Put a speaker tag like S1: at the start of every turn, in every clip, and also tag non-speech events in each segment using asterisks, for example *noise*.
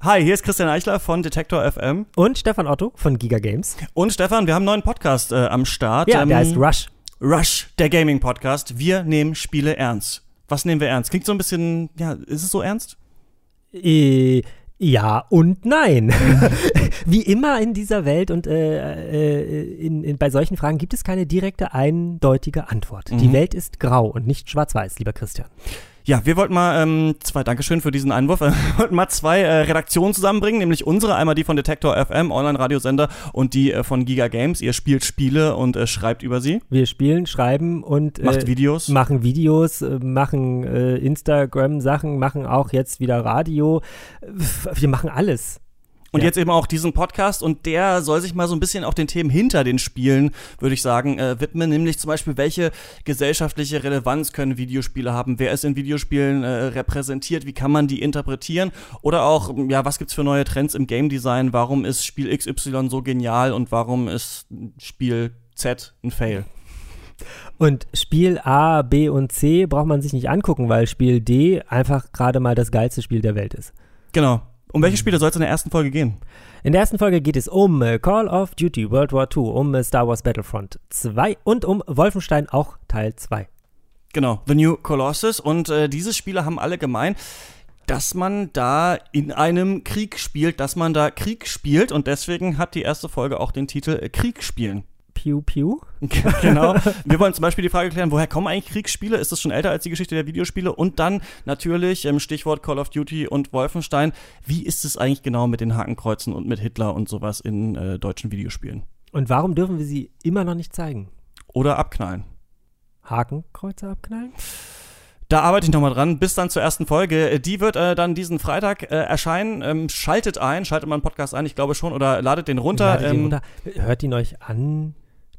S1: Hi, hier ist Christian Eichler von Detektor FM.
S2: Und Stefan Otto von Giga Games.
S1: Und Stefan, wir haben einen neuen Podcast äh, am Start.
S2: Ja,
S1: Ähm,
S2: der heißt Rush.
S1: Rush, der Gaming-Podcast. Wir nehmen Spiele ernst. Was nehmen wir ernst? Klingt so ein bisschen, ja, ist es so ernst?
S2: Äh, ja und nein.
S1: Mhm.
S2: *laughs* Wie immer in dieser Welt und äh, äh, in, in, bei solchen Fragen gibt es keine direkte, eindeutige Antwort.
S1: Mhm.
S2: Die Welt ist grau und nicht schwarz-weiß, lieber Christian.
S1: Ja, wir wollten mal ähm, zwei, Dankeschön für diesen Einwurf, *laughs* wir wollten mal zwei äh, Redaktionen zusammenbringen, nämlich unsere, einmal die von Detektor FM, Online-Radiosender und die äh, von Giga Games. Ihr spielt Spiele und äh, schreibt über sie,
S2: Wir spielen, schreiben und äh,
S1: macht Videos.
S2: machen Videos, äh, machen äh, Instagram-Sachen, machen auch jetzt wieder Radio. Pff, Wir machen alles.
S1: und
S2: ja.
S1: jetzt eben auch diesen Podcast und der soll sich mal so ein bisschen auch den Themen hinter den Spielen, würde ich sagen, äh, widmen, nämlich zum Beispiel, welche gesellschaftliche Relevanz können Videospiele haben, wer ist in Videospielen äh, repräsentiert, wie kann man die interpretieren oder auch, ja, was gibt's für neue Trends im Game Design, warum ist Spiel XY so genial und warum ist Spiel Z ein Fail?
S2: Und Spiel A, B und C braucht man sich nicht angucken, weil Spiel D einfach gerade mal das geilste Spiel der Welt ist.
S1: Genau. Um welche Spiele soll es in der ersten Folge gehen?
S2: In der ersten Folge geht es um äh, Call of Duty World War II, um äh, Star Wars Battlefront 2 und um Wolfenstein auch Teil 2.
S1: Genau, The New Colossus. Und äh, diese Spiele haben alle gemein, dass man da in einem Krieg spielt, dass man da Krieg spielt. Und deswegen hat die erste Folge auch den Titel äh, Krieg spielen. *laughs*
S2: Pew Pew.
S1: genau. Wir wollen zum Beispiel die Frage klären, woher kommen eigentlich Kriegsspiele? Ist das schon älter als die Geschichte der Videospiele? Und dann natürlich ähm, Stichwort Call of Duty und Wolfenstein. Wie ist es eigentlich genau mit den Hakenkreuzen und mit Hitler und sowas in äh, deutschen Videospielen?
S2: Und warum dürfen wir sie immer noch nicht zeigen?
S1: Oder abknallen?
S2: Hakenkreuze abknallen?
S1: Da arbeite ich nochmal dran. Bis dann zur ersten Folge. Die wird äh, dann diesen Freitag äh, erscheinen. Ähm, schaltet ein, schaltet mal einen Podcast ein, ich glaube schon, oder ladet den runter.
S2: Ladet ihn
S1: ähm,
S2: runter. Hört ihn euch an,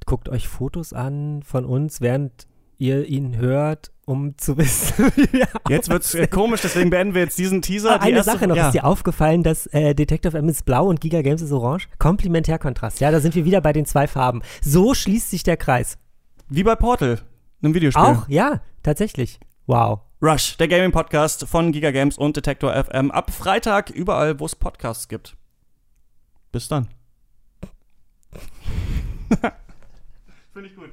S2: guckt euch Fotos an von uns, während ihr ihn hört, um zu *laughs* wissen, wie wir
S1: Jetzt wird's äh, komisch, deswegen beenden wir jetzt diesen Teaser.
S2: Ah,
S1: Die
S2: eine
S1: erste-
S2: Sache noch,
S1: ja.
S2: ist dir aufgefallen, dass äh, Detective M ist blau und Giga Games ist orange? Komplementärkontrast, ja, da sind wir wieder bei den zwei Farben. So schließt sich der Kreis.
S1: Wie bei Portal, einem Videospiel.
S2: Auch, ja, tatsächlich. Wow.
S1: Rush, der Gaming-Podcast von Giga Games und Detektor FM. Ab Freitag überall, wo es Podcasts gibt. Bis dann. Finde ich gut.